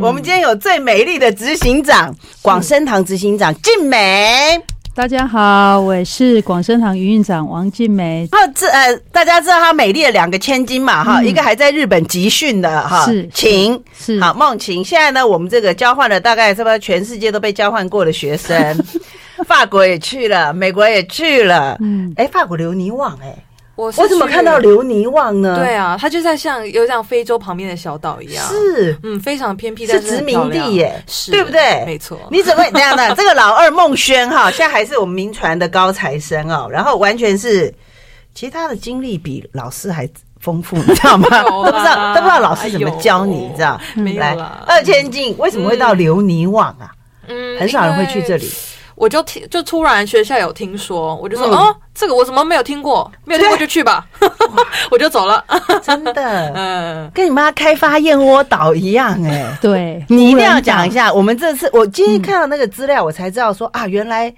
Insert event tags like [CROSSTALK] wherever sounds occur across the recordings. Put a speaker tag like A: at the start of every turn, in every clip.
A: 嗯
B: 我们今天有最美丽的执行长，广生堂执行长静美。哦
A: 大家好，我是广生堂营运长王静梅。
B: 然后这呃，大家知道她美丽的两个千金嘛
C: 嗯
B: 哈，一个还在日本集训的哈，
A: 是是
B: 晴
A: 是
B: 好梦晴。现在呢，我们这个交换了大概是不是全世界都被交换过的学
C: [LAUGHS]
B: 生，法国也去了，美国也去了，嗯
A: 嗯，
B: 哎，法国留尼旺哎、
C: 我是
B: 我怎么
C: 去
B: 看到？留尼旺呢？
C: 对啊，它就在像有像非洲旁边的小岛一样，
B: 是。
C: 嗯，非常偏僻，
B: 是
C: 但是
B: 殖
C: 很
B: 民
C: 漂
B: 地
C: 亮
B: 耶
C: 是
B: 对不对
C: 没错，
B: 你怎么会这样的？这个老二孟轩
C: [LAUGHS]
B: 哈，现在还是我们民传的高材生哦，然后完全是，其实他的经历比老师还丰富，你知道吗？[LAUGHS]
C: 有
B: 都不知道
C: 啦
B: 都不知道老师怎么
C: 哎呦
B: 教你，你知道？
C: 没有
B: 来
C: 啦，
B: 二千进为什么会到留尼旺啊？
C: 嗯
B: 很少人会去这。
C: 因为
B: 里，
C: 我就听，就突然学校有听说，我就说、
B: 嗯
C: 哦，这个我怎么没有听过？没有听过就去吧， [LAUGHS] 我就走了。
B: 真的
C: 嗯，
B: 跟你妈开发燕窝岛一样哎、
A: 对，
B: 你一定要讲一下。我们这次我今天看到那个资料，我才知道说啊，原来。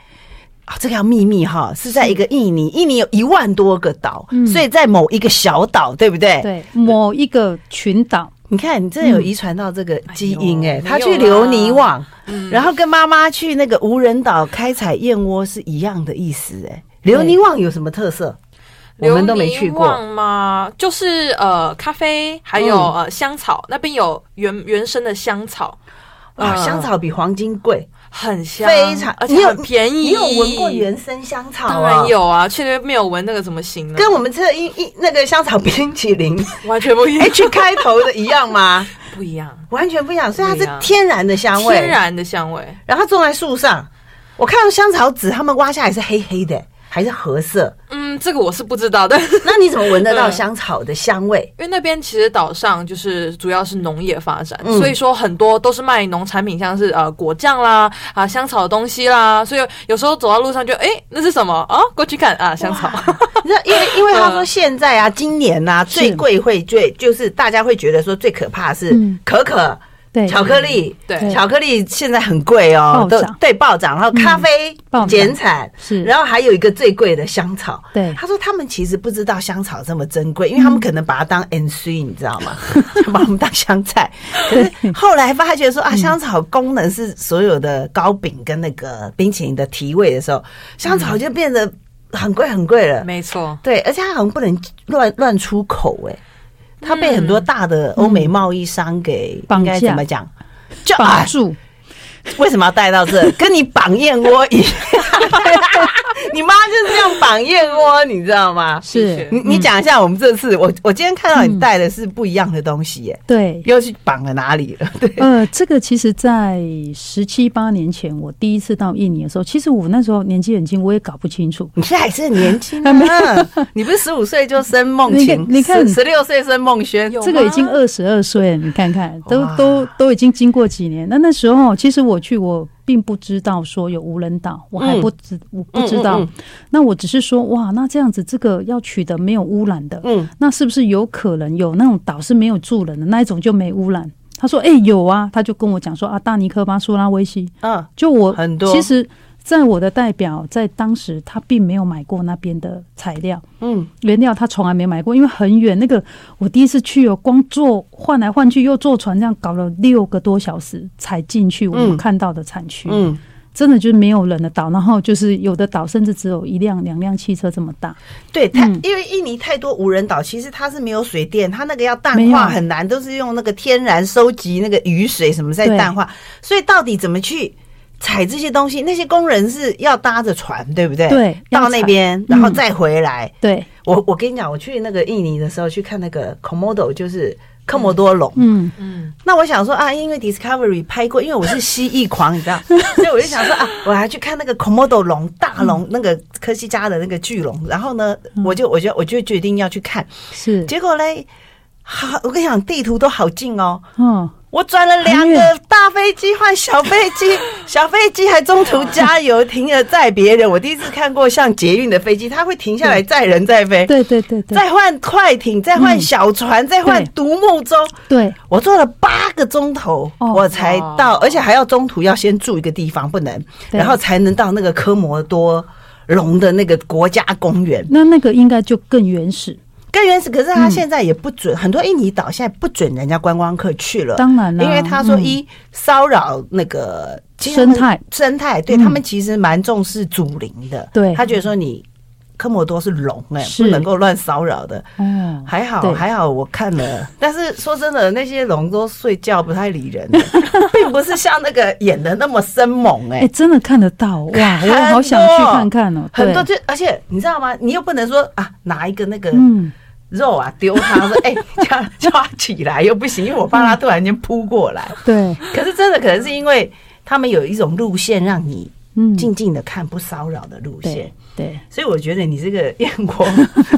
B: 啊，这个要秘密哈，是在一个印尼，印尼有一万多个岛，
A: 嗯
B: 所以在某一个小岛，对不对？
A: 对某一个群岛，
B: 你看，你真的有遗传到这个基因哎、
C: 哎呦
B: 他
C: 没
B: 去
C: 有啦
B: 留尼旺，
C: 哎啊嗯
B: 然后跟妈妈去那个无人岛开采燕窝是一样的意思哎、留尼旺有什么特色？我们都没去
C: 琉
B: 过
C: 璃，旺吗？就是呃，咖啡还有、
B: 嗯
C: 呃香草，那边有原原生的香草，
B: 啊，
C: 嗯
B: 香草比黄金贵，
C: 很香，
B: 非常
C: 而
B: 你
C: 且
B: 有
C: 很便宜。
B: 你有闻过原生香草、啊？
C: 当然有啊，去那边没有闻那个怎么行呢？
B: 跟我们吃的一一那个香草冰淇淋
C: 完全不一样，
B: H 开头的一样吗？
C: 不一样，
B: [LAUGHS] 完全不一样，所以它
C: 不
B: 是
C: 一样
B: 天然的香味，
C: 天然的香味。
B: 然后种在树上。我看到香草籽，他们挖下来是黑黑的，还是褐色。
C: 嗯，这个我是不知道的，但是 [LAUGHS]
B: 那你怎么闻得到
C: 嗯
B: 香草的香味？
C: 因为那边其实岛上就是主要是农业发展，
B: 嗯
C: 所以说很多都是卖农产品，像是呃果酱啦啊香草的东西啦，所以有时候走到路上就哎那是什么啊过去看啊香草， [LAUGHS]
B: 你知道，因为因为他说
C: 嗯
B: 现在啊，今年呐、啊，
A: 是
B: 最贵会最就是大家会觉得说最可怕的是
A: 嗯
B: 可可、
A: 对，
B: 巧克力，
C: 对
B: 巧克力现在很贵哦，
A: 暴
B: 都
A: 涨
B: 对暴涨，然后咖啡
A: 暴涨
B: 减产，
A: 是
B: 然后还有一个最贵的香草。
A: 嗯对
B: 他说他们其实不知道香草这么珍贵，因为他们可能把它当 N C，你知道
A: [LAUGHS]
B: 吗？就把我们当香菜。可是后来发觉说啊，香草功能是所有的糕饼跟那个冰淇淋的提味的时候，香草就变得很贵很贵了。
C: 没错，
B: 对，而且它好像不能乱乱出口、哎，
C: 嗯
B: 它被很多大的欧美贸易商给、
A: 嗯绑
B: 应该怎
A: 架
B: 么讲？就
A: 绑
B: 啊，
A: 住，
B: 为什么要带到这？跟你绑燕窝
A: [LAUGHS]
B: 一样，你妈就是这样绑燕窝，你知道吗？
C: 的
A: 是嗯
C: 确
B: 你你讲一下，我们这次我我今天看到你带的是不一样的东西耶、
A: 对，
B: 又去绑了哪里
A: [LAUGHS]
B: 了？对，
A: 呃，这个其实，在十七八年前，我第一次到印尼的时候，其实我那时候年纪很轻，我也搞不清楚。
B: 你现在还是很年轻啊，你不是十五岁就生梦晴，
A: 你看你看
B: 十六岁生梦轩，
C: 有
A: 这个已经
C: 吗
A: 二十二岁了，你看看，都
B: 哇
A: 都都已经经过几年。那那时候，其实我去，我并不知道说有无人岛，我还
B: 嗯
A: 不知、我不知道。
B: 嗯嗯
A: 那我只是说，哇，那这样子，这个要取得没有污染的，
B: 嗯，
A: 那是不是有可能有那种岛是没有住人的那一种就没污染？他说，哎、有啊，他就跟我讲说啊，大尼科巴、苏拉威西，
B: 嗯，
A: 就我
B: 很多
A: 其实。在我的代表，在当时他并没有买过那边的材料，
B: 嗯，
A: 原料他从来没买过，因为很远。那个我第一次去哦，光坐换来换去，又坐船，这样搞了六个多小时才进去我
B: 嗯
A: 们看到的产区。
B: 嗯，
A: 真的就是没有人的岛，然后就是有的岛甚至只有一辆、两辆汽车这么大。
B: 对，它
A: 嗯
B: 因为印尼太多无人岛，其实它是没有水电，它那个要淡
A: 没有
B: 化很难，都是用那个天然收集那个雨水什么在
A: 对
B: 淡化，所以到底怎么去？采这些东西，那些工人是要搭着船，对不对？
A: 对
B: 到
A: 要
B: 那
A: 采
B: 边然后
A: 嗯
B: 再回来。
A: 对，
B: 我我跟你讲，我去那个印尼的时候，去看那个 Komodo，就是科摩多龙。
A: 嗯，
C: 嗯，
B: 那我想说啊，因为 Discovery 拍过，因为我是蜥蜴狂，你知道，
A: [LAUGHS]
B: 所以我就想说啊，我还去看那个 Komodo 龙大龙，那个科西嘉的那个巨龙。然后呢，
A: 嗯
B: 我就我就我就决定要去看，
A: 是，
B: 结果嘞，好，我跟你讲，地图都好近哦。
A: 嗯，
B: 我转了两
A: 很
B: 个
A: 远
B: 大飞机换小飞
A: [LAUGHS]
B: 机，小飞机还中途加油停了载别人。我第一次看过像捷运的飞机，它会停下来载人载飞。
A: 对对对对
B: 再换快艇，再换小船，再换
A: 对
B: 独木舟。
A: 对，
B: 我坐了八个钟头，
A: 哦
B: 我才
C: 哇
B: 到，而且还要中途要先住一个地方，不能，
A: 对
B: 然后才能到那个科摩多龙的那个国家公园。
A: 那那个应该就更原始。
B: 更原始。可是他现在也不准，很多印尼岛现在不准人家观光客去了，
A: 当然了，
B: 呃因为他说
A: 嗯
B: 一骚扰那个其实他
A: 生
B: 们
A: 态
B: 生态，对
A: 嗯
B: 他们其实蛮重视祖灵的。
A: 对
B: 他觉得说你科摩多是龙哎、
A: 是
B: 不能够乱骚扰的。
A: 哦，
B: 还好
A: 对
B: 还好，我看了。
A: [LAUGHS]
B: 但是说真的，那些龙都睡觉不太理人的，并不是像那个演的那么生猛哎、
A: 哎，真的看得到哇！我也好想去看看哦，
B: 很多
A: 对
B: 就，而且你知道吗？你又不能说啊，拿一个那个
A: 嗯，
B: 肉啊丢它，
A: [LAUGHS]
B: 说哎、抓抓起来又不行，因为我怕它突然间扑
A: [LAUGHS]
B: 过来。
A: 对，
B: 可是真的可能是因为他们有一种路线让你
A: 嗯，
B: 静静的看，不骚扰的路线
A: 对。对，
B: 所以我觉得你这个燕国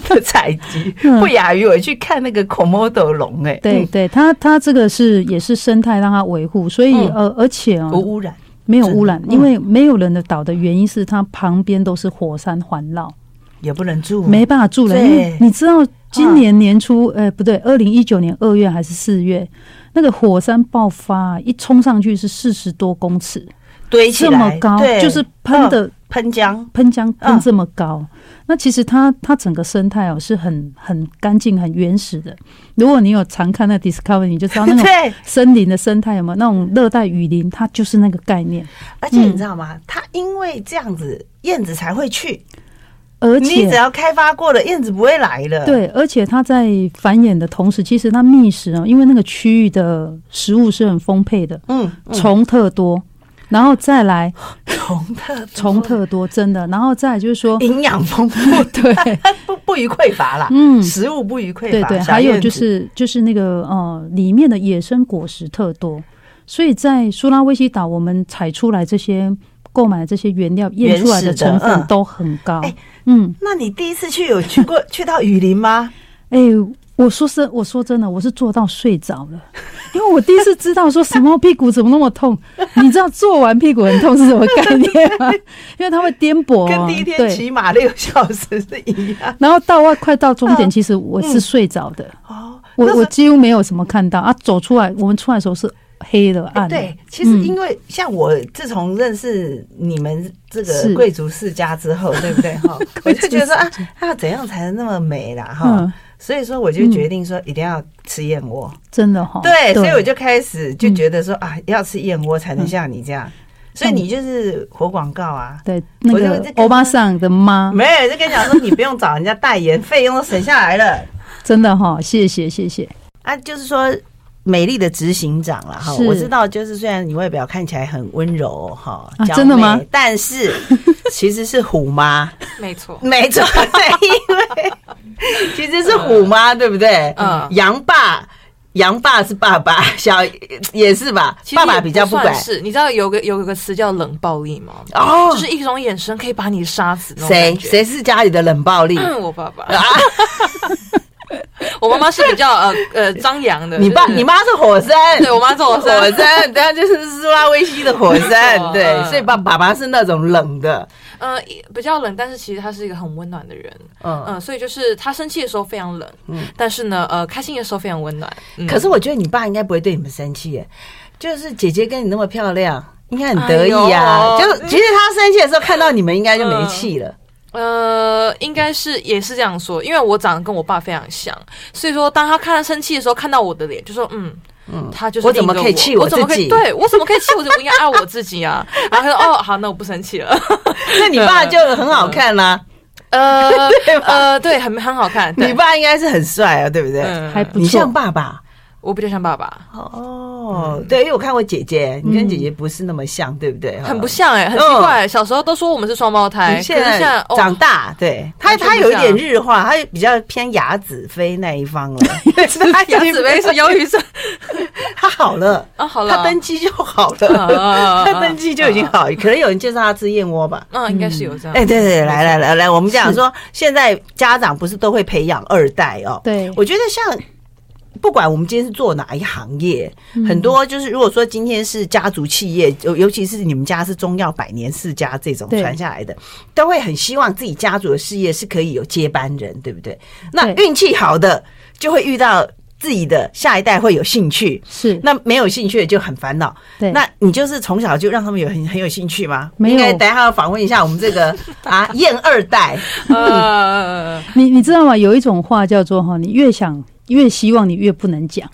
B: 的采集
A: [LAUGHS] 嗯
B: 不亚于我去看那个 komodo 龙哎、
A: 对
B: 嗯
A: 对，它它这个是也是生态让它维护，所以
B: 嗯
A: 呃，而且啊
B: 无，污染，
A: 没有污染
B: 真，的嗯
A: 因为没有人的岛的原因是它旁边都是火山环绕，
B: 也不能住，
A: 没办法住人。
B: 嗯对嗯
A: 因为你知道今年年初，呃，不对，二零一九年二月还是四月，那个火山爆发啊一冲上去是四十多公尺，
B: 堆起
A: 这
B: 来
A: 么高，
B: 对，
A: 就是喷的
B: 喷浆，
A: 喷浆喷
B: 嗯
A: 这么高，那其实它它整个生态哦是很很干净、很原始的。如果你有常看那 Discovery，你就知道那种
B: 对。
A: 森林的生态有没有那种热带雨林，它就是那个概念。
B: 而且你知道吗？它因为这样子，燕子才会去。
A: 而
B: 你只
A: 且
B: 要开发过了，燕子不会来了。，
A: 对，而且它在繁衍的同时，其实它觅食哦，因为那个区域的食物是很丰沛的，
B: 嗯，嗯
A: 虫特多，然后再来
B: 虫特
A: 虫特多，真的，然后再来就是说，
B: 营养丰富，
A: 对，
B: 不不于匮乏啦。 [LAUGHS]
A: 嗯，
B: 食物不于匮乏，
A: 对对，
B: 小
A: 还有
B: 燕
A: 就
B: 子
A: 是就是那个呃，里面的野生果实特多，所以在苏拉威西岛，我们采出来这些购买这些原料验出来
B: 原始的
A: 成分
B: 嗯
A: 都很高。
B: 哎
A: 嗯，
B: 那你第一次去有去过去到雨林吗？
A: 哎、我说真，我说真的，我是做到睡着了， [LAUGHS] 因为我第一次知道说什么屁股怎么那么痛，你知道做完屁股很痛是什么概念吗？ [LAUGHS] 因为它会颠簸、
B: 跟
A: 哦，
B: 第一天
A: 对。
B: 骑马六小时是一样
A: 然后到外快到终点，
B: 嗯
A: 其实我是睡着的，
B: 哦。
A: 我
B: 那时候
A: 我几乎没有什么看到啊。走出来，我们出来的时候是黑的
B: 哎
A: 暗的，
B: [LAUGHS] 对，其实因为像我自从认识你们这个
A: 是
B: 贵族世家之后，对不对哈？我就觉得说啊，它要怎样才能那么美啦哈
A: 嗯？，
B: 所以说我就决定说一定要吃燕窝，
A: 真的哈。
B: 对，所以我就开始就觉得说啊，要吃燕窝才能像你这样，所以
A: 像我
B: 你就是活广告啊。
A: 对那
B: 我就在
A: 个
B: 跟他
A: 欧巴桑的妈，
B: 没有，就跟你讲说，你不用找人家代言，费用都省下来了。
A: 真的哈，谢谢谢谢。
B: 啊，就是说美丽的执行长了哈。
A: 是
B: 我知道，就是虽然你外表看起来很温柔哈，
A: 啊
B: 娇
A: 真的吗
B: 媚？但
C: [LAUGHS]
B: 是其实是虎妈， [LAUGHS]
C: 没错，
B: 没错，对，因为其实是虎妈，对不对？
C: 嗯
B: 杨爸。杨爸是爸爸，小也是吧？
C: 其实
B: 爸爸
C: 也
B: 比较
C: 不
B: 管
C: 算是，你知道有个有个词叫冷暴力吗？
B: 哦
C: 就。是一种眼神可以把你杀死那种
B: 谁
C: 感觉。
B: 谁是家里的冷暴力？ [LAUGHS] 啊
C: 嗯我爸爸，我妈妈是比较呃呃张扬
B: [LAUGHS]
C: 的。
B: 你爸
C: 就是
B: 你妈是火山，
C: [LAUGHS] 对我妈是火
B: [LAUGHS]
C: 山
B: 火山，对啊，就是苏拉威西的火
C: 没
B: 山，
C: 错
B: 对，
C: 嗯
B: 所以爸爸爸是那种冷的，
C: 呃比较冷，但是其实他是一个很温暖的人。
B: 嗯
C: 嗯，所以就是他生气的时候非常冷，但是呢，呃，开心的时候非常温暖。嗯
B: 可是我觉得你爸应该不会对你们生气耶，就是姐姐跟你那么漂亮，应该很得意啊。
C: 哎呦嗯
B: 就其实他生气的时候看到你们，应该就没气了。
C: 呃，应该是也是这样说，因为我长得跟我爸非常像，所以说当他看他生气的时候，看到我的脸，就说嗯。嗯，他就是
B: 我怎么
C: 另一个
B: 可以气
C: 我
B: 我
C: 怎么
B: 自
C: 可以
B: 己
C: 对我怎么可以气我？怎么应该爱我自己啊？然后他说哦，好，那我不生气了。
B: 那你爸就很好看啦、
C: 呃
B: [LAUGHS]
C: 呃，对，很很好看。对
B: 你爸应该是很帅啊，对不对？
C: 嗯
A: 还不
B: 你像
A: 错，
B: 爸爸
C: 我比较像爸爸，
B: 哦，对，因为我看过姐姐，你跟姐姐不是那么像，对不对？
C: 嗯很不像哎、很奇怪、小时候都说我们是双胞
B: 嗯
C: 胎，
B: 你
C: 可是
B: 现在
C: 现在哦， [LAUGHS]
B: 长大，对他
C: 完全
B: 他
C: 不
B: 有一点
C: 像
B: 日化，他比较偏雅子妃那一
C: [LAUGHS]
B: 方了。他
C: 杨紫薇是忧郁症
B: 他好了，
C: 啊，好了，
B: 他登基就好
C: 啊啊
B: 了，
C: 啊啊
B: [LAUGHS]
C: 啊
B: 他登基就已经好了。可能有人介绍他吃燕窝吧？
C: 嗯，应该是有这样。
B: 哎，对对对，来来来来，我们讲说，现在家长不是都会培养二代哦？
A: 对
B: 我觉得像。不管我们今天是做哪一行业，
A: 嗯
B: 很多就是如果说今天是家族企业，尤尤其是你们家是中药百年世家这种
A: 对
B: 传下来的，都会很希望自己家族的事业是可以有接班人，对不对？那
A: 对
B: 运气好的就会遇到自己的下一代会有兴趣，
A: 是
B: 那没有兴趣就很烦恼。
A: 对
B: 那你就是从小就让他们有很很有兴趣吗？
A: 没有
B: 应该等一下要访问一下我们这个啊燕二
A: [LAUGHS]
B: 代，
C: 呃，
A: 你你知道吗？有一种话叫做哈，你越想越希望，你越不能讲。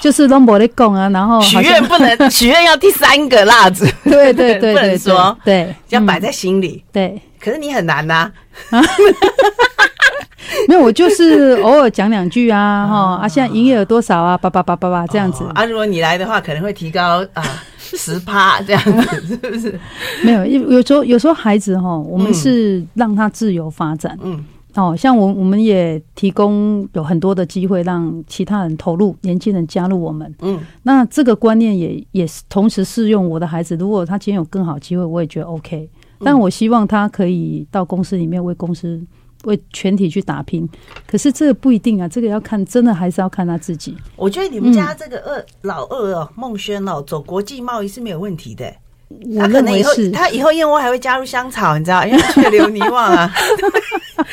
A: 就是都没得讲啊，然后
B: 许
A: 好
B: 愿
A: 像 [LAUGHS]
B: 不能许愿要第三个蜡烛，
A: 对对对
B: 不能
A: 对对
B: 说
A: 对，
B: 要
A: 嗯
B: 摆在心里。
A: 对，
B: 可是你很难呐、
A: 没有我
B: [LAUGHS]
A: 就是偶尔讲两句啊，哈啊，现在营业额多少啊，叭叭叭叭叭这样子
B: 哦，啊，如果你来的话，可能会提高啊十趴这样子，是不是？
A: 没有有有时候有时候孩子哈，我们
B: 嗯
A: 是让他自由发展
B: 嗯，
A: 哦，像我我们也提供有很多的机会让其他人投入，年轻人加入我们，
B: 嗯，
A: 那这个观念也也是同时适用我的孩子。如果他今天有更好机会，我也觉得 OK。但我希望他可以到公司里面为公司、为全体去打拼。可是这个不一定啊，这个要看，真的还是要看他自己。
B: 我觉得你们家这个二、老二哦，孟轩哦，走国际贸易是没有问题的。
A: 嗯我
B: 他可
A: 认
B: 能
A: 为
B: 以后
A: 是，
B: 他以后燕窝还会加入香草，你知道，因为哎他去留尼旺
A: [LAUGHS]
B: 啊。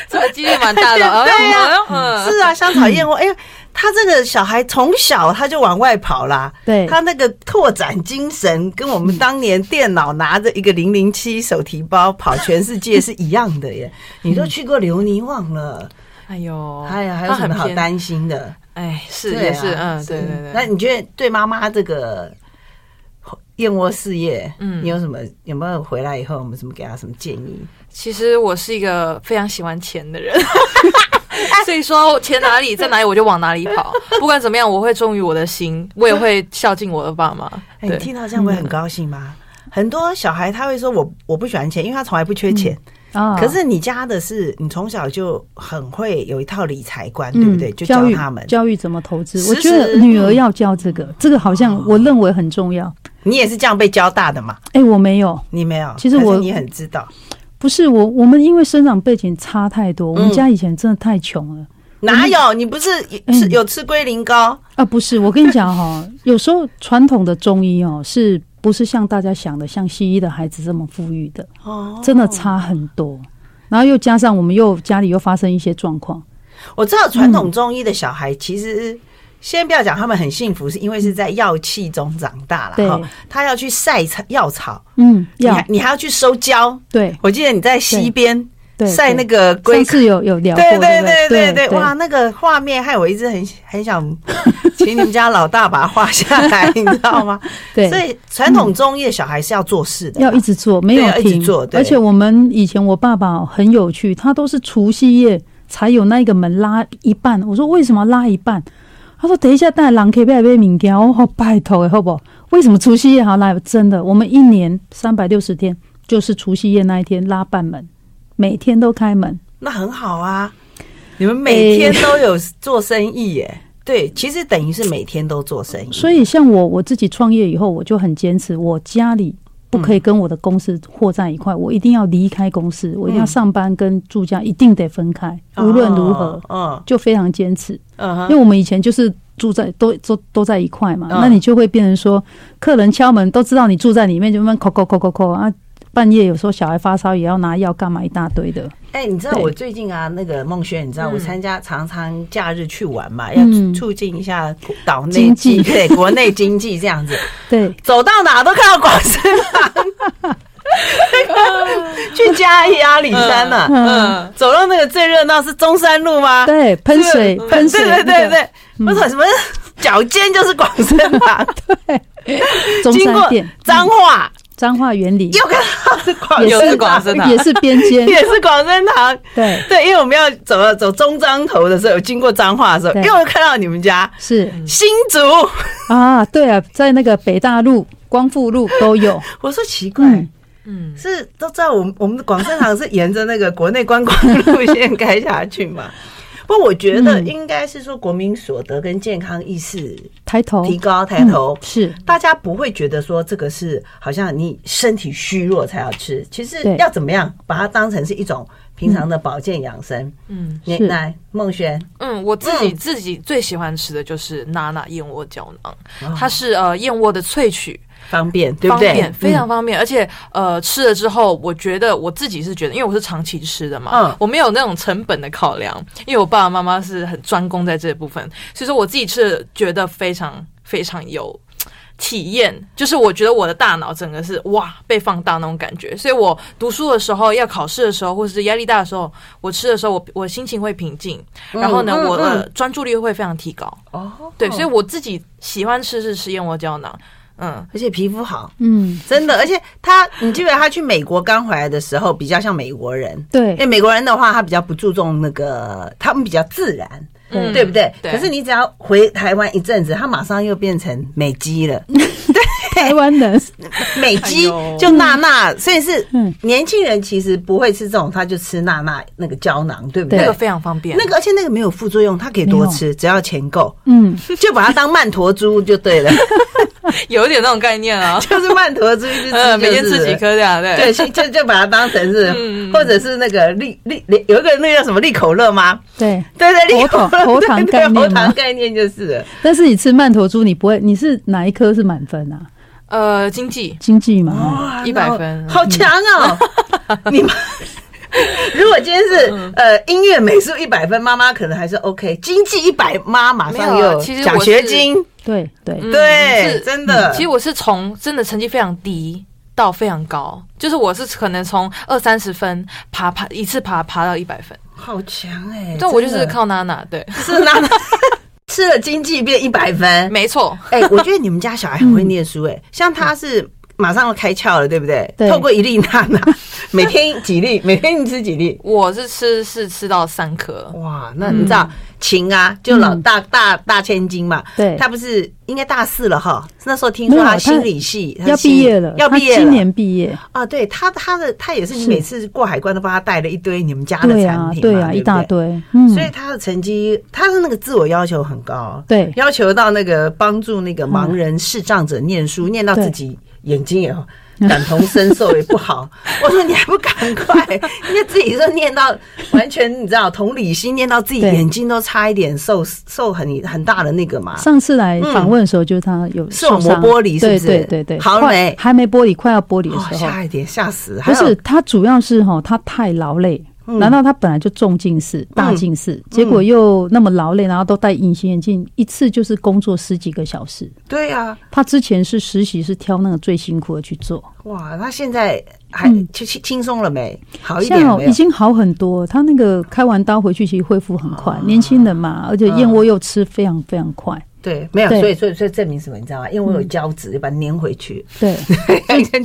C: 这个几率蛮大的。
B: [LAUGHS]
C: 哎
B: 对呀
C: 呦嗯
B: 是啊，香草燕窝，哎、呦，他这个小孩从小他就往外跑啦。
A: 对
B: 他那个拓展精神，跟我们当年电脑拿着一个零零七手提包跑全世界是一样的
C: [LAUGHS]
B: 耶。
C: 嗯
B: 你都去过留尼旺了，
C: 哎呦，
B: 哎呀，还有
C: 他
B: 什么
C: 很
B: 好
C: 偏？
B: 担心的？
C: 哎，是
B: 对啊
C: 也是，嗯，对对
B: 那
C: 对。
B: 你觉得对妈妈这个燕窝事业，
C: 嗯
B: 你有什么有没有回来以后，我们什么给她什么建议？
C: 其实我是一个非常喜欢钱的人。 [LAUGHS]
B: 哎
C: 所以说，钱哪里在哪里，我就往哪里跑。 [LAUGHS] 不管怎么样，我会忠于我的心，我也会孝敬我的爸妈。
B: 哎，你
C: 对，
B: 听到这样会很高兴吗？很多小孩他会说我我不喜欢钱，因为他从来不缺
C: 嗯
B: 钱。
A: 啊
B: 可是你家的是你从小就很会有一套理财观，对不对？就
A: 嗯教
B: 教
A: 育
B: 他们。
A: 教育怎么投资。
B: 时
A: 我觉得
B: 时
A: 女儿要教这个，这个好
B: 哦
A: 像我认为很重要。
B: 你也是这样被教大的嘛？
A: 哎，我没有，
B: 你没有？
A: 其实
B: 还是
A: 我
B: 你很知道，
A: 不是我，我们因为生长背景差太多，我们
B: 嗯
A: 家以前真的太穷了。
B: 哪有？你不是
A: 嗯
B: 吃有吃龟苓膏？
A: 啊，不是，我跟你讲哈、哦有时候传统的中医哦，是不是像大家想的，像西医的孩子这么富裕的？
B: 哦，
A: 真的差很多。然后又加上我们又家里又发生一些状况，
B: 我知道传统中医的小孩其实。嗯先不要讲他们很幸福，是因为是在药气中长大了
A: 对
B: 哈。他要去晒草药草，
A: 嗯，
B: 你
A: 要
B: 还你还要去收胶。
A: 对
B: 我记得你在西边
A: 对
B: 晒那个
A: 对
B: 龟
A: 上次有有聊过，
B: 对
A: 对不
B: 对
A: 对
B: 对，哇，那个画面害我一直很
A: [LAUGHS]
B: 很想请你们家老大把它画下来，你知道吗？
A: [LAUGHS] 对
B: 所以传统中医的小孩是要做事的啦，
A: 要一直做，没有
B: 要一直
A: 停
B: 做。对
A: 而且我们以前我爸爸很有趣，他都是除夕夜才有那个门拉一半。我说为什么拉一半？他说等一下带狼可以被被民件，我说拜托哎，好不好？为什么除夕夜还要拉？真的，我们一年三百六十天，就是除夕夜那一天拉半门，每天都开门。
B: 那很好啊。你们每天都有做生意耶？对，其实等于是每天都做生意，
A: 哎所以像我我自己创业以后，我就很坚持，我家里不可以跟我的公司和在一块，我一定要离开公司，我一定要上班跟住家一定得分开，
B: 哦
A: 无论如何，
B: 嗯
A: 就非常坚持。
B: 嗯
A: 因为
B: 哼，
A: 我们以前就是住在都都都在一块嘛，
B: 嗯
A: 那你就会变成说，客人敲门都知道你住在里面，就慢慢扣扣扣扣扣啊。半夜有时候小孩发烧也要拿药干嘛一大堆的，
B: 哎，你知道
A: 对
B: 我最近啊，那个孟轩，你知道我参加常常假日去玩嘛，要
A: 嗯
B: 促进一下岛内
A: 经济
B: 经对国内经济这样子。
A: 对，
B: 走到哪都看到广深港， [LAUGHS] 去嘉义阿里山呢、啊，
C: 嗯，
B: 走到那个最热闹是中山路吗？
A: 对，喷水
B: 对
A: 喷水，
B: 对对对
A: 那个嗯
B: 对，我说什么脚尖就是广深港，
A: [LAUGHS] 中
B: 经
A: 山
B: 过
A: 店、
B: 彰化
A: 彰化园林
B: 又看到是广
A: 也
C: 又
B: 深
A: 是
C: 是广深
B: 港，
C: 堂
B: [LAUGHS]
A: 也是边间，
B: 也是广深堂。
A: 对，
B: 对，因为我们要走了走中彰头的时候，有经过彰化的时候，
A: 对
B: 又看到你们家
A: 是
B: 新竹， [LAUGHS]
A: 啊，对啊，在那个北大路、光复路都有，
B: 我说奇怪。
A: 嗯，
C: 嗯，
B: 是都知道我们我们的广深堂是沿着那个国内观光路线开下去
C: [LAUGHS]
B: 嘛。不过我觉得
A: 嗯
B: 应该是说国民所得跟健康意识
A: 抬头
B: 提高抬头，
A: 嗯是
B: 大家不会觉得说这个是好像你身体虚弱才要吃，其实
A: 对
B: 要怎么样把它当成是一种平常的保健养生。
C: 嗯
B: 你
A: 是
B: 来孟轩，
C: 嗯，我自己、
B: 嗯啊
C: 自己最喜欢吃的就是娜娜燕窝胶囊，它是呃燕窝的萃取，
B: 方便，对不嗯
C: 方便
B: 对？
C: 非常方便，而且呃，吃了之后，我觉得我自己是觉得，因为我是长期吃的嘛，
B: 嗯
C: 我没有那种成本的考量，因为我爸爸妈妈是很专攻在这部分，所以说我自己吃了觉得非常非常有。体验就是，我觉得我的大脑整个是哇被放大那种感觉，所以我读书的时候、要考试的时候，或者是压力大的时候，我吃的时候，我我心情会平静，然后呢，
B: 嗯嗯
C: 我的
B: 嗯
C: 专注力会非常提高。
B: 哦，
C: 对，所以我自己喜欢吃是吃燕窝胶囊，嗯，
B: 而且皮肤好，
A: 嗯，
B: 真的，而且他，你记不记得他去美国刚回来的时候，比较像美国人。因为
A: 对，
B: 美国人的话，他比较不注重那个，他们比较自然，
C: 嗯
B: 对不对？
C: 对
B: 可是你只要回台湾一阵子，他马上又变成美肌
C: [LAUGHS]
B: 了，
A: 台湾人，
B: 美肌
C: 哎呦
B: 就娜娜，所以是
A: 嗯
B: 年轻人其实不会吃这种，他就吃娜娜那个胶囊，对不对
C: 那个？非常方便。
B: 那个而且那个没有副作用，他可以多吃，只要钱够，
A: 嗯，
B: 就把它当曼陀珠就对
C: [LAUGHS]
B: 了，
C: 有一点那种概念 [LAUGHS] 啊，
B: 就是曼陀珠一直吃、就是
C: 呃，每天吃几颗这嗯样，对，
B: 对，就就就把它当成是，或者是那个利利利有一个那叫什么利口乐吗？
A: 对。
B: 对对，利口
A: 喉糖
B: 乐
A: 喉糖
B: 对对
A: 概念
B: 喉
A: 吗
B: 糖概念就是了
A: 但是你吃曼陀珠，你不会，你是哪一颗是满分啊？
C: 呃，经济
A: 经济嘛，
B: 哇
C: 100分
B: 好强
C: 啊
B: 哦！ [LAUGHS] 你们如果今天
C: 嗯
B: 是呃音乐美术一百分，妈妈可能还是 OK，经济一百，妈马上
C: 没有啊
B: 又
C: 其实
B: 奖
C: 我
B: 学
C: 是
B: 金，
A: 对对，
C: 嗯
B: 对
C: 是，嗯
B: 真的，
C: 其实我是从真的成绩非常低到非常高，就是我是可能从二三十分爬爬一次爬爬到一百分，
B: 好强哎！
C: 但我就
B: 真的
C: 是靠娜娜，对，
B: 是拿吃了经济变一百分，
C: 没错，
B: 哎、我觉得你们家小孩很
A: 嗯
B: 会念书、哎、像他是马上要开窍了，对不对？
A: 对
B: 透过一粒娜
A: [LAUGHS]
B: 娜，每天几粒，每天你吃几粒？
C: 我是吃是吃到三颗，
B: 哇，那你知道秦啊，就老
A: 嗯
B: 大大大千金嘛，
A: 对
B: 他不是应该大四了哈？那时候听说
A: 没有
B: 他
A: 他
B: 心理系他
A: 要
B: 心
A: 毕业了，
B: 要
A: 他
B: 毕业了
A: 今年毕业，
B: 啊，对他他的他也是，你
A: 是
B: 每次过海关都帮他带了一堆你们家的
A: 对
B: 产
A: 啊
B: 品嘛，
A: 对啊，
B: 不
A: 一大堆，嗯，
B: 所以他的成绩，他的那个自我要求很高，
A: 对
B: 要求到那个帮助那个盲人视障者念书，
A: 嗯
B: 念到自己眼睛也感同身受也不
A: [LAUGHS]
B: 好。我说你还不赶快，因为自己说念到完全你知道同理心，念到自己
A: 对
B: 眼睛都差一点受受很很大的那个嘛。
A: 上次来访问的时候，就是他有
B: 视网
A: 受
B: 膜
A: 伤
B: 剥离是
A: 对
B: 不是
A: 对对对，
B: 好了
A: 快
B: 没
A: 还没剥离，快要剥离的
B: 哦，
A: 时候，
B: 吓一点，吓死！
A: 不
B: 还有嗯
A: 是他主要是哈，他太劳累。难道他本来就重近视、大近视，结果又那么劳累，然后都戴隐形眼镜，一次就是工作十几个小时。
B: 对啊，
A: 他之前是实习，是挑那个最辛苦的去做，
B: 哇，他现在还
A: 嗯
B: 轻轻轻松了没？好一
A: 现
B: 点
A: 在
B: 了
A: 哦
B: 没
A: 已
B: 有？
A: 经好很多。他那个开完刀回去，其实恢复很快。
B: 啊
A: 年轻人嘛，而且
B: 嗯
A: 燕窝又吃非常非常快。
B: 对，没有，
A: 对嗯
B: 所以所以所以证明什么？你知道吗？因为我有胶质，就把它粘回去。
A: 对，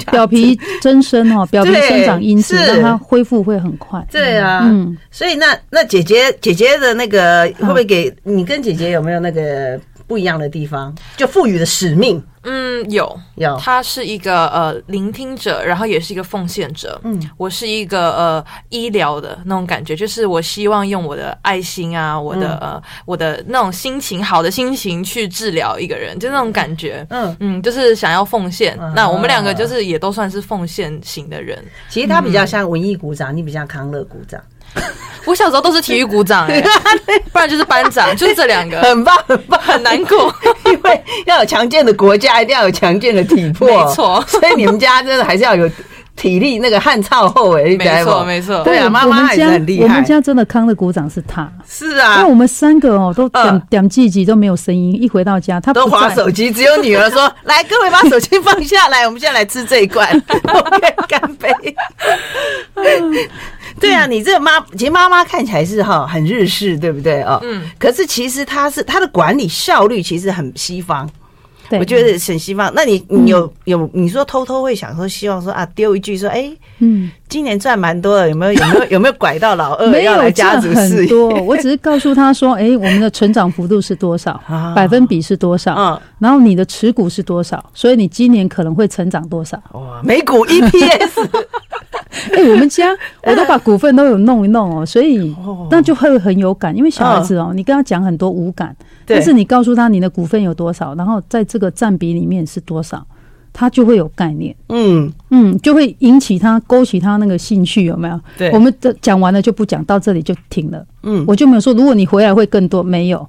A: 表
B: [LAUGHS] 表
A: 皮增生哦，表皮
B: [LAUGHS] 对
A: 生长因子
B: 是
A: 让它恢复会很快。
B: 对啊，
A: 嗯，
B: 所以那那姐姐姐姐的那个会不会给你跟姐姐有没有那个不一样的地方？就赋予的使命
C: 嗯，有，
B: 有
C: 他是一个呃聆听者，然后也是一个奉献者。嗯，我是一个呃医疗的那种感觉，就是我希望用我的爱心啊，我的、呃我的那种心情，好的心情去治疗一个人，就那种感觉。
B: 嗯
C: 嗯就是想要奉献。
B: 啊
C: 那我们两个就是也都算是奉献型的人。
B: 其实她比较像文艺鼓掌，你比较康乐鼓掌，
C: 我小时候都是体育股长、欸，不然就是班长，就是这两
B: [LAUGHS]
C: 个，
B: 很棒很棒，
C: 嗯很难过。
B: 因为要有强健的国家，一定要有强健的体魄，
C: [LAUGHS] 没错
B: 所以你们家真的还是要有体力，那个汗臭后哎，你知道
C: 没错，
B: 不
C: 没错。
B: 对啊，
A: 我
B: 妈
A: 我
B: 妈
A: 们
B: 还是
A: 家
B: 很厉
A: 我
B: 害
A: 们，家真的康的鼓掌是他，
B: 是
A: 因为
B: 啊
A: 我。们三个哦都
B: 嗯
A: 点点自己都没有声音，一回到家他
B: 都
A: 不
B: 划
A: 在。
B: 手机，只有女儿 [LAUGHS] 说：“来，各位把手机放下来，我们现在来吃这一 [LAUGHS] 罐。” OK，干杯。 [LAUGHS] 对啊，你这个妈，其实妈妈看起来是哈很日式，对不对哦？嗯。可是其实她是她的管理效率其实很西方，
A: 对，
B: 我觉得很西方。那你你有有你说偷偷会想说希望说啊丢一句说哎、
A: 嗯，
B: 今年赚蛮多了，有没有有 [LAUGHS] 没有有没有拐到老二
A: 没
B: 呃要来
A: 有
B: 家
A: 赚
B: 族事
A: 很
B: 业？
A: 多，我只是告诉他说，哎，我们的成长幅度是多少
B: [LAUGHS] 啊，
A: 百分比是多少，
B: 嗯，
A: 然后你的持股是多少，所以你今年可能会成长多少。
B: 哇，美股 E [LAUGHS] EPS
A: 哎、我们
B: [LAUGHS]
A: 家我都把股份都有弄一弄哦，所以那就会很有感，因为小孩子哦，你跟他讲很多无感，
B: 嗯对
A: 但是你告诉他你的股份有多少，然后在这个占比里面是多少，他就会有概念。
B: 嗯，
A: 嗯，就会引起他勾起他那个兴趣，有没有？
B: 对
A: 我们这讲完了就不讲，到这里就停了。
B: 嗯
A: 我就没有说，如果你回来会更多，没有，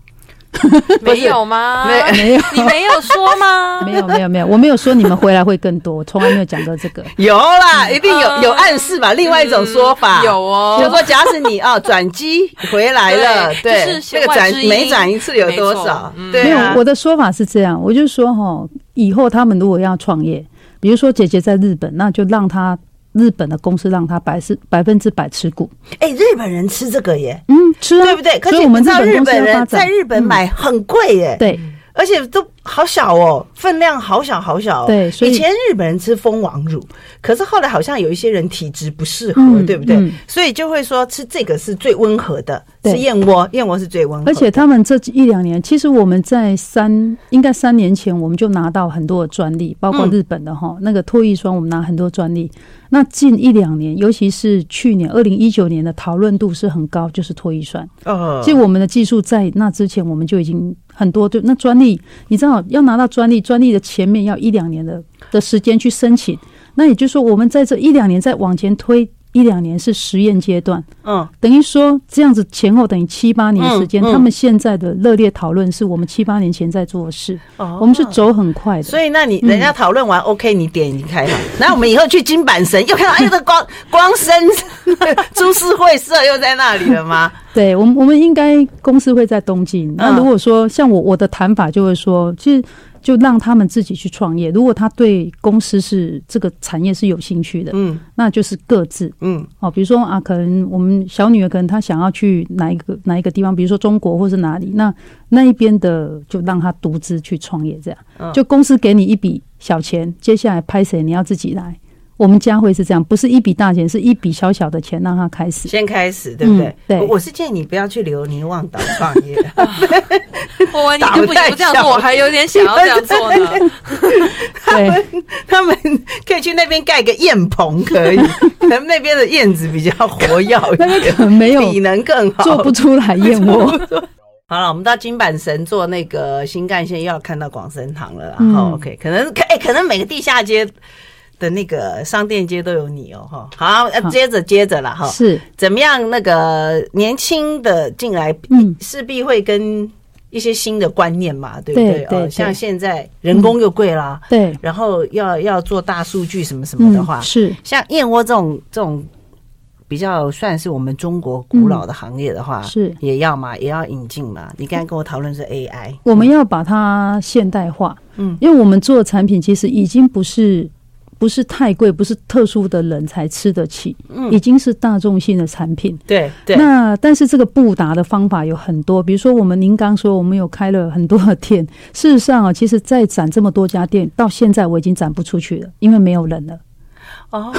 C: 没有吗？
B: 没
A: 没有，
C: 你没有说吗？
A: [LAUGHS] 没有，没有，没有，我没有说你们回来会更多，我从来没有讲过这个。
B: 有啦，一定有
C: 嗯
B: 有暗示吧？另外一种说法
C: 嗯有哦
B: 就说假使你
C: [LAUGHS]
B: 哦转机回来了，对，
C: 对就是弦
B: 那个
C: 外
B: 转
C: 之音
B: 每转一次有多少
C: 没错？嗯
B: 对
A: 没有
B: 啊，，
A: 我的说法是这样，我就说哈，以后他们如果要创业，比如说姐姐在日本，那就让她日本的公司让她百是百分之百持股，
B: 哎，日本人吃这个耶，
A: 嗯，吃啊，
B: 对不对？可
A: 所以我
B: 是你
A: 们
B: 知道
A: 本
B: 日
A: 公司
B: 本
A: 要发
B: 人
A: 展，嗯
B: 在日本买很贵耶，
A: 对
B: 而且都好小哦，分量好小好小、哦。
A: 对所以
B: 以前日本人吃蜂王乳，可是后来好像有一些人体质不适合，
A: 嗯
B: 对不对、
A: 嗯
B: 所以就会说吃这个是最温和的，
A: 对
B: 吃燕窝，燕窝是最温和的。
A: 而且他们这一两年，其实我们在三应该三年前，我们就拿到很多的专利，包括
B: 嗯
A: 日本的哈、那个唾液酸，我们拿很多专利。那近一两年，尤其是去年二零一九年的讨论度是很高，就是唾液酸。
B: 呃
A: 其实我们的技术在那之前，我们就已经很多就那专利，你知道要拿到专利，专利的前面要一两年的的时间去申请。那也就是说，我们在这一两年再往前推一两年是实验阶段，
B: 嗯，
A: 等于说这样子前后等于七八年时间，
B: 嗯嗯
A: 他们现在的热烈讨论是我们七八年前在做的事，
B: 哦嗯
A: 我们是。走很快的。
B: 所以，那你人家讨论完、OK，你点已经开了。然后我们以后去金板神，又看到哎，这光光生 [LAUGHS] 株式会社又在那里了吗？
A: 对我们，我们应该公司会在东京。那
B: 嗯
A: 如果说像我我的谈法就会说，其实就让他们自己去创业。如果他对公司是这个产业是有兴趣的，
B: 嗯
A: 那就是各自
B: 嗯
A: 哦，比如说啊，可能我们小女儿可能她想要去哪一个哪一个地方，比如说中国或是哪里，那那一边的就让她独资去创业，这
B: 嗯
A: 样就公司给你一笔小钱，接下来拍谁你要自己来。我们家会是这样，不是一笔大钱，是一笔小小的钱让她开
B: [LAUGHS]
A: 始。
B: 先开始对不对？
A: 嗯对
B: 我我是建议你不要去留尼旺岛创业。 [LAUGHS]
C: 我完你
B: 打
C: 就
B: 不
C: 不
B: 太
C: 不这样
B: 响
C: 做，我还有点想要这样 [LAUGHS] 做呢。
A: 对，
B: 他们可以去那边盖个燕棚，可
A: [LAUGHS]
B: 以，可能那边的燕子比较活跃一
A: 那边
B: 点，
A: 可能 [LAUGHS] 没有
B: 体能更
A: [LAUGHS]
B: 好。
A: 做不出来燕窝。
B: 好了，我们到金板神坐那个新干线，又要看到广生堂了啦。然
A: 嗯
B: 后、OK，可能可哎、可能每个地下街的那个商店街都有你哦哈。好，呃
A: 好
B: 接着接着了哈。
A: 是，
B: 怎么样？那个年轻的进来，
A: 嗯
B: 势必会跟一些新的观念嘛，对不
A: 对对嗯
B: 对？哦，
A: 对
B: 像现在人工又贵啦，
A: 对，
B: 然后要要做大数据什么什么的
A: 嗯
B: 话，，
A: 是，
B: 像燕窝这种这种比较算是我们中国古老的行业的话，
A: 嗯是
B: 也要嘛，也要引进嘛。你刚才跟我讨论是 AI，
A: 我们要把它现代化，
B: 嗯，
A: 因为我们做的产品其实已经不是不是太贵，不是特殊的人才吃得起，
B: 嗯
A: 已经是大众性的产品。
B: [LAUGHS] 对对
A: 那但是这个布达的方法有很多，比如说我们您刚说我们有开了很多的店，事实上啊，其实再展这么多家店，到现在我已经展不出去了，因为没有人了。 [LAUGHS]
B: 哦，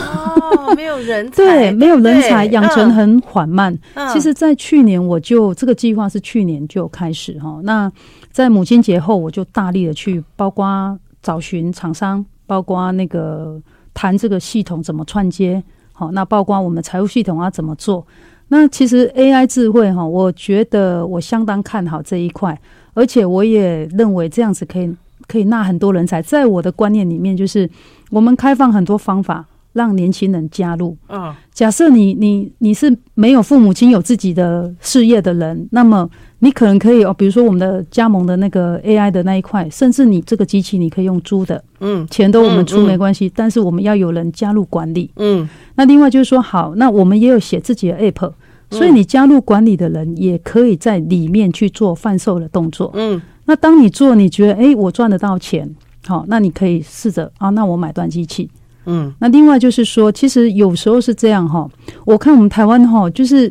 B: 没有人才，
A: 对，没有人才，
B: 对
A: 养成很缓慢。
B: 嗯
A: 其实，在去年我就这个计划是去年就开始哈。那在母亲节后，我就大力的去，包括找寻厂商，包括那个谈这个系统怎么串接，好，那包括我们财务系统要啊怎么做。那其实 AI 智慧哈，我觉得我相当看好这一块，而且我也认为这样子可以可以纳很多人才。在我的观念里面，就是我们开放很多方法让年轻人加入，
B: 嗯
A: 假设你你你是没有父母亲有自己的事业的人，那么你可能可以哦，比如说我们的加盟的那个 AI 的那一块，甚至你这个机器你可以用租的，
B: 嗯
A: 钱都我们
B: 嗯
A: 出
B: 嗯
A: 没关系，但是我们要有人加入管理。
B: 嗯
A: 那另外就是说，好，那我们也有写自己的 app，所
B: 嗯
A: 以你加入管理的人也可以在里面去做贩售的动作。
B: 嗯，
A: 那当你做，你觉得诶，我赚得到钱，好，那你可以试着啊，那我买断机器，
B: 嗯，
A: 那另外就是说，其实有时候是这样哈，我看我们台湾哈，就是，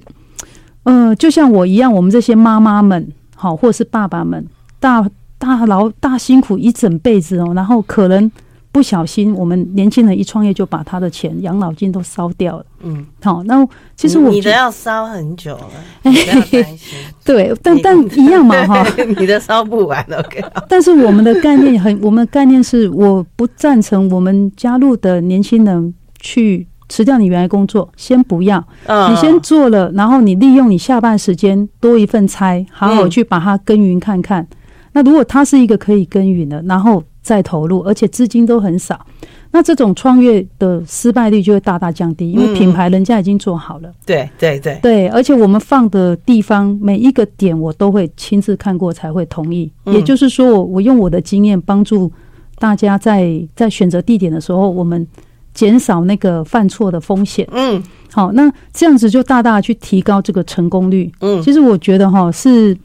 A: 呃，就像我一样，我们这些妈妈们，好，或是爸爸们，大大劳大辛苦一整辈子哦，然后可能不小心，我们年轻人一创业就把他的钱养老金都烧掉了，
B: 嗯，
A: 好，那其实我
B: 你的
A: 觉得
B: 要烧很久
A: [LAUGHS]
B: 了，你不要担心，
A: 对，但
B: 你
A: 但一样嘛哈，
B: [LAUGHS] 你的烧不完，OK，
A: 但是我们的概念很，我们的概念是，我不赞成我们加入的年轻人去辞掉你原来工作，先不要。
B: 嗯
A: [LAUGHS] 你先做了，然后你利用你下班时间多一份差，好好
B: 嗯
A: 去把它耕耘看看。那如果它是一个可以耕耘的，然后再投入，而且资金都很少，那那这种创业的失败率就会大大降低，因为
B: 嗯
A: 品牌人家已经做好了。
B: 对对对，
A: 对，而且我们放的地方每一个点我都会亲自看过才会同意。
B: 嗯
A: 也就是说我，我用我的经验帮助大家在在选择地点的时候，我们减少那个犯错的风险。
B: 嗯
A: 好，那这样子就大大去提高这个成功率。
B: 嗯
A: 其实我觉得哈是。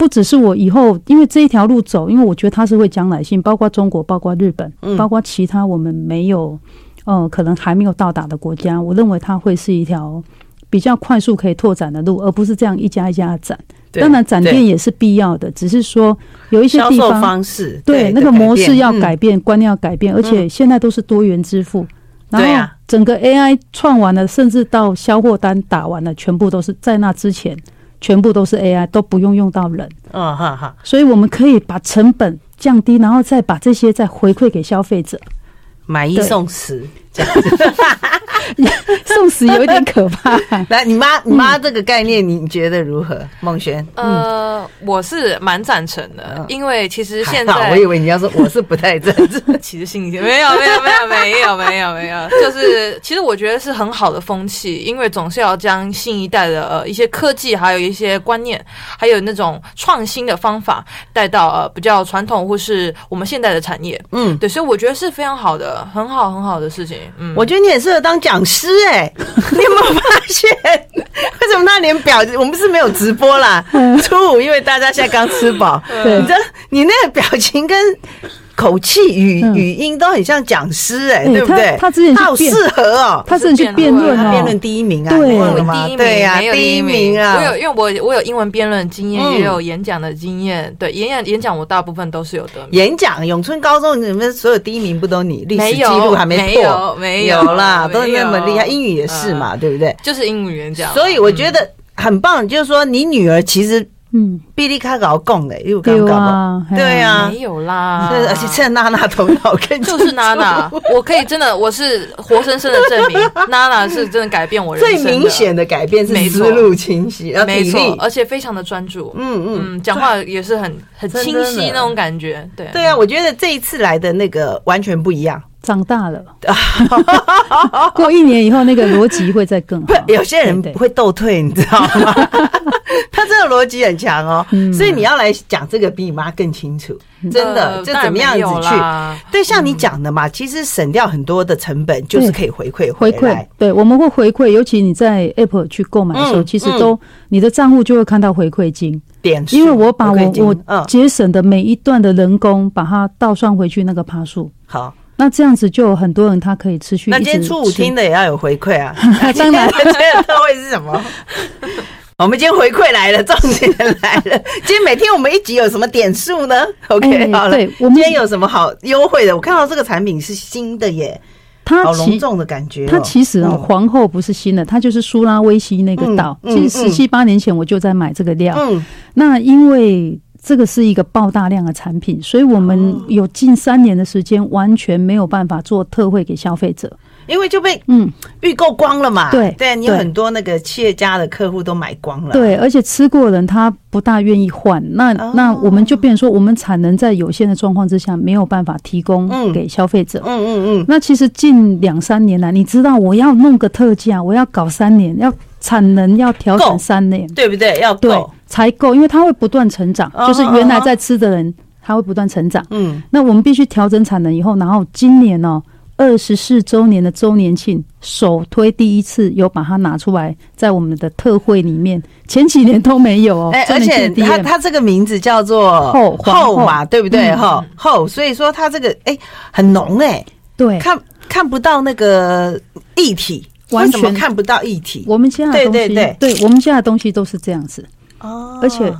A: 不只是我以后，因为这一条路走，因为我觉得它是会将来性，包括中国，包括日本，
B: 嗯
A: 包括其他我们没有，呃，可能还没有到达的国家，我认为它会是一条比较快速可以拓展的路，而不是这样一家一家的展。
B: 对
A: 当然，展
B: 对
A: 店也是必要的，只是说有一些
B: 销
A: 地
B: 售
A: 方
B: 方式，
A: 对那个模式要改
B: 变，
A: 变，
B: 嗯
A: 观念要改变，而且现在都是多元支付。然
B: 对
A: 后
B: 啊
A: 整个 AI 创完了，甚至到销货单打完了，全部都是在那之前，全部都是 AI，都不用用到人。
B: 嗯嗯哈哈，
A: 所以我们可以把成本降低，然后再把这些再回馈给消费
B: [LAUGHS]
A: 者。
B: 买一
A: 对
B: 送十。
A: 送死有一点可
B: [LAUGHS]
A: 怕。
B: 来，你
A: 嗯
B: 妈你妈这个概念，你觉得如何？孟轩，
C: 呃，我是蛮赞成的
B: 嗯，
C: 因为其实现
B: 还好
C: 在
B: 我以为你要说我是不太正
A: [LAUGHS]
B: 直，
C: 其实心情 [LAUGHS] 没有没有没有没有没有没 [LAUGHS] 有，就是其实我觉得是很好的风气，因为总是要将新一代的呃一些科技，还有一些观念，还有那种创新的方法带到呃比较传统或是我们现代的产业，
B: 嗯。
C: 对，所以我觉得是非常好的，很好很好的事情。嗯，
B: 我觉得你很适合当讲师哎、
A: [LAUGHS]
B: 你有没有发现？为什么那连表？我们是没有直播
A: [LAUGHS]
B: 啦，初五因为大家现在刚吃饱，
A: 嗯对
B: 你这你那个表情跟口气、语
A: 嗯
B: 语音都很像讲师哎、
A: 哎
B: 对不对？
A: 他他之前
B: 他好
A: 去辩
B: 适合哦、
A: 他真的去辩论
B: 他
A: 哦，
B: 辩论第一名啊，
A: 对
B: 你忘
C: 我
B: 了
C: 有
B: 吗
C: 第一名，
B: 对呀、
C: 没有
B: 第
C: 一
B: 一名啊，
C: 我有，因为我我有英文辩论经验，
B: 嗯
C: 也有演讲的经验。对，演讲演讲我大部分都是有得名。
B: 演讲，永春高中你们所有第一名不都你？历史
C: 没
B: 记
C: 有
B: 录还没
C: 没
B: 破，
C: 有没有
B: 啦，
C: 没
B: 都那么厉害，
C: 有
B: 英语也是嘛，对不对？
C: 就是英语演讲，啊
B: 所以我觉得很棒，就是说你女儿其实
A: 嗯，
B: 哔哩咔搞供的，又刚
A: 对
B: 搞
A: 啊，
B: 对啊
C: 没有
B: [LAUGHS]
C: 啊啦，
B: 对，而且现在娜娜头脑跟
C: 就是娜娜，我可以真的，我是活生生的证
B: [LAUGHS]
C: 明，娜娜是真的改变我人
B: 最
C: 生的
B: 明显的改变是
C: 没错
B: 思路清晰，然后
C: 没
B: 体
C: 错，
B: 力，
C: 而且非常的专注，
B: 嗯嗯。
C: 嗯，讲话也是很很
B: 真
C: 清
B: 的
C: 晰那种感觉，对
B: 对啊，我觉得这一次来的那个完全不一样。
A: 长大
B: [LAUGHS]
A: 了，过一年以后那个逻辑会再更好
B: [LAUGHS] 不。，有些人
A: 哦对对
B: 会斗退，你知
A: [LAUGHS]
B: 道吗？他真的逻辑很强哦，
A: 嗯
B: 所以你要来讲这个比你妈更清楚，真的，
C: 呃
B: 这
C: 当
B: 怎
C: 然
B: 么样
C: 没有
B: 子去？
C: 啦
B: 对，像你讲的嘛，其实省掉很多的成本，就是可以回馈
A: 回馈
B: 来。
A: 嗯对，我们会回馈，尤其你在 App 去购买的时候，
B: 嗯
A: 其实都、你的账户就会看到回馈金，
B: 点数，
A: 因为我把
B: 回
A: 我
B: 馈金
A: 我
B: 嗯
A: 节省的每一段的人工，把它倒算回去那个趴数，
B: 好，
A: 那这样子就有很多人他可以持续一
B: 那
A: 直
B: 今天初五
A: 吃
B: 听的也要有回馈啊。
A: [LAUGHS] 当
B: [LAUGHS]
A: 然
B: 今天的特惠是
A: [LAUGHS]
B: 什么？我们今天回馈来了，重点来了。今天每天我们一集有什么点数呢？OK，
A: 哎
B: 好了，
A: 对我
B: 今
A: 们
B: 天有什么好优惠的？我看到这个产品是新的耶，
A: 它
B: 好隆
A: 其
B: 重的感觉哦。
A: 它其实哦，
B: 嗯
A: 皇后不是新的，它就是苏拉威西那个岛。
B: 嗯嗯
A: 其实十七八年前我就在买这个料，
B: 嗯
A: 那因为。这个是一个爆大量的产品，所以我们
B: 哦
A: 有近三年的时间完全没有办法做特惠给消费者。
B: 因为就被
A: 嗯，
B: 预购光了嘛。
A: 对
B: 对你有
A: 对
B: 很多那个企业家的客户都买光了。
A: 对，而且吃过的人他不大愿意换，那
B: 哦
A: 那我们就变成说，我们产能在有限的状况之下，没有办法提供
B: 嗯
A: 给消费者。
B: 嗯嗯嗯，
A: 那其实近两三年来，你知道我要弄个特价，我要搞三年，要产能要调
B: 够
A: 整三年，
B: 对不对？要
A: 对
B: 够。，
A: 才够，因为它会不断成长，
B: 嗯
A: 就是原来在吃的人，他会不断成长。
B: 嗯，
A: 那我们必须调整产能以后，然后今年哦，二十四周年的周年庆首推第一次有把它拿出来，在我们的特惠里面，前几年都没有哦。
B: 哎、
A: 周
B: 而
A: 年庆
B: 且
A: 的第一
B: 它
A: 年
B: 它这个名字叫做
A: 后皇后嗯
B: 嘛，对不对？后后，所以说它这个哎、很浓哎、
A: 对，
B: 看看不到那个液体，
A: 完
B: 为什么
A: 全
B: 看不到液体
A: 我们家的东西，
B: 对对
A: 对我们家的东西都是这样子，
B: 哦
A: 而且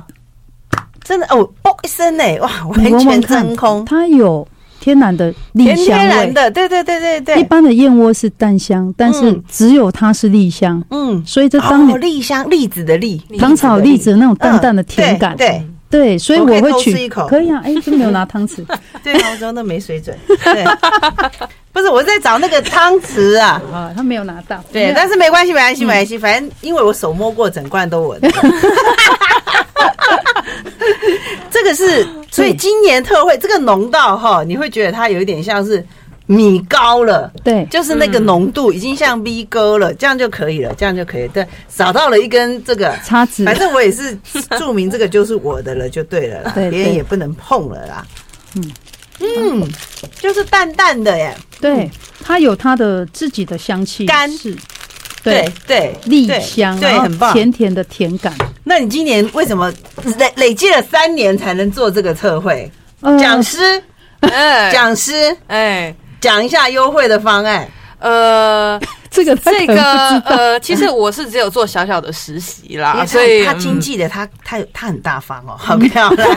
B: 真的哦，嘣一声呢，哇，完
A: 你闻
B: 全
A: 闻看
B: 真空，
A: 它有天然的栗
B: 全
A: 香
B: 天然
A: 味。
B: 的，对对对对
A: 一
B: 对，
A: 般的燕窝是淡香，但是
B: 嗯
A: 只有它是栗香，
B: 嗯，
A: 所以这当
B: 哦，
A: 年
B: 栗香栗子的
A: [LAUGHS]
B: 栗，
A: 糖炒栗子那种淡淡的
B: 嗯
A: 甜感，
B: 对对
A: 对，所以我
B: 我可以
A: 会
B: 偷
A: 取
B: 吃一口
A: 可以啊，哎，就没有拿汤
B: [LAUGHS]
A: 匙，
B: 对，我真的没水准，对， [LAUGHS] 不是我在找那个汤匙啊。
A: 啊，他没有拿到，
B: 对，但
A: 是
B: 是没关系，没关
A: 嗯
B: 系，没关系，反正因为我手摸过，整罐都我的。
A: 嗯
B: [LAUGHS] 这个是，所以今年特惠这个浓到哈，你会觉得它有一点像是米糕了。
A: 对，
B: 就是那
A: 嗯
B: 个浓度已经像 V 哥了，这样就可以了，这样就可以了。对，找到了一根这个，
A: 叉子
B: 反正我也
C: [LAUGHS]
B: 是注明这个就是我的了，就对了啦，
A: 对
B: 别人
A: 对
B: 也不能碰了啦。
A: 嗯
B: 嗯，就是淡淡的耶，
A: 对，它有它的自己的香气，
B: 嗯干
A: 是，
B: 对
A: 对，
B: 对，
A: 栗
B: 对
A: 香，
B: 对，
A: 然
B: 很
A: 后
B: 棒。
A: 甜甜的甜感。
B: 那你今年为什么累累积了三年才能做这个特惠？
A: 呃
B: 讲师，
C: 哎
B: 讲师，
C: 哎
B: 讲一下优惠的方案。
C: 呃，
A: 这个他
C: 这
A: 可能不
B: [LAUGHS]
C: 个
A: 知道
C: 呃，其实我是只有做小小的实习
B: 因
C: 啦，
B: 为
C: 所以
B: 他他经
C: 嗯
B: 济的他他他很大方哦， [LAUGHS] 好漂
C: [LAUGHS]
B: 亮。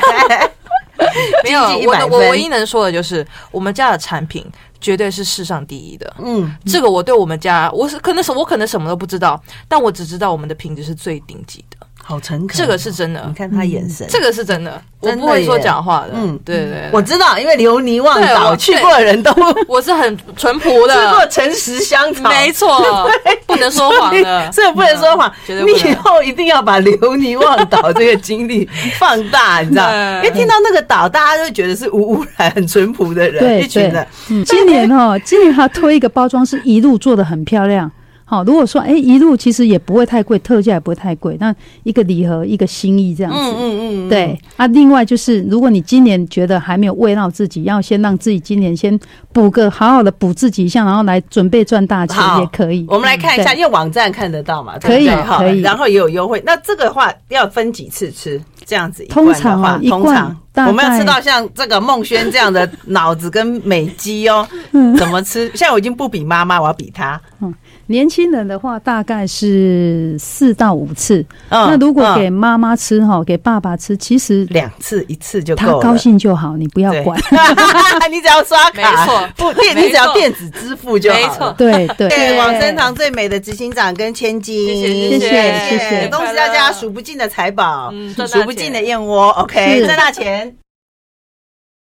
C: 没有
B: 经济
C: 我
B: 100
C: 我
B: 分
C: 唯一能说的就是，我们家的产品绝对是世上第一的。
B: 嗯，
C: 这个我对我们家，我是可能什我可能什么都不知道，但我只知道我们的品质是最顶级的，
B: 好诚恳哦，
C: 这个是真的
B: 你，看他眼神，
C: 这个是真的，我
B: 真的
C: 不会说
B: 耶
C: 假话的。
B: 嗯
C: 嗯，对对，
B: 我知道，因为流离忘
C: 对
B: 岛
C: 我
B: 去过的人都吃
C: 我是很淳朴
B: [LAUGHS] 过
C: 的，
B: 诚实香草，
C: 没错，
B: [LAUGHS]
C: 不能说谎的，
B: 所以不能说谎
C: 嗯。绝对
B: 你
C: 不
B: 以
C: 能。
B: 后一定要把流离忘岛这个经历放大，你知道？因
C: 嗯
B: 为听到那个岛，大家都觉得是无污染、很淳朴的人，
A: 对
B: 一群
A: 对
B: 人。，
A: 嗯，今年哈，今年它推一个包装是一路做的很漂亮。好，如果说哎、一路其实也不会太贵，特价也不会太贵，那一个礼盒一个心意这样子。
B: 嗯嗯嗯，
A: 对啊，另外就是，如果你今年觉得还没有慰劳自己，要先让自己今年先补个好好的补自己一下，然后来准备赚大钱
B: 好
A: 也可以。
B: 我们来看一下，
A: 对
B: 因为网站看得到嘛，
A: 可以
B: 对不对
A: 可以
B: 然后也有优惠。那这个话要分几次吃？这样子一罐
A: 通
B: 的
A: 常
B: 话
A: 啊一
B: 通
A: 罐
B: 常
A: 大
B: 我们要
A: 概
B: 吃到像这个孟轩这样的脑子跟 [LAUGHS] 美肌哦，怎么吃？现在我已经不比妈妈，我要比她。
A: 年轻人的话，大概是四到五次。
B: 嗯
A: 那如果
B: 嗯
A: 给妈妈吃哈，给爸爸吃，其实
B: 两次一次就
A: 他
B: 够了。
A: 高兴就好，你不要
B: 对
A: 管。
B: [LAUGHS]
A: [LAUGHS]
B: 你只要刷卡，
C: 没错
B: 不电，
C: 没错
B: 你只要电子支付就好了
C: 没错
A: 对对
B: 对，往生堂最美的执行长跟千金，
C: 谢
A: 谢谢谢谢
B: 东西大家数不尽的财宝
C: 嗯，赚大
B: 数不尽的燕窝，OK，
A: 是
B: 赚大钱。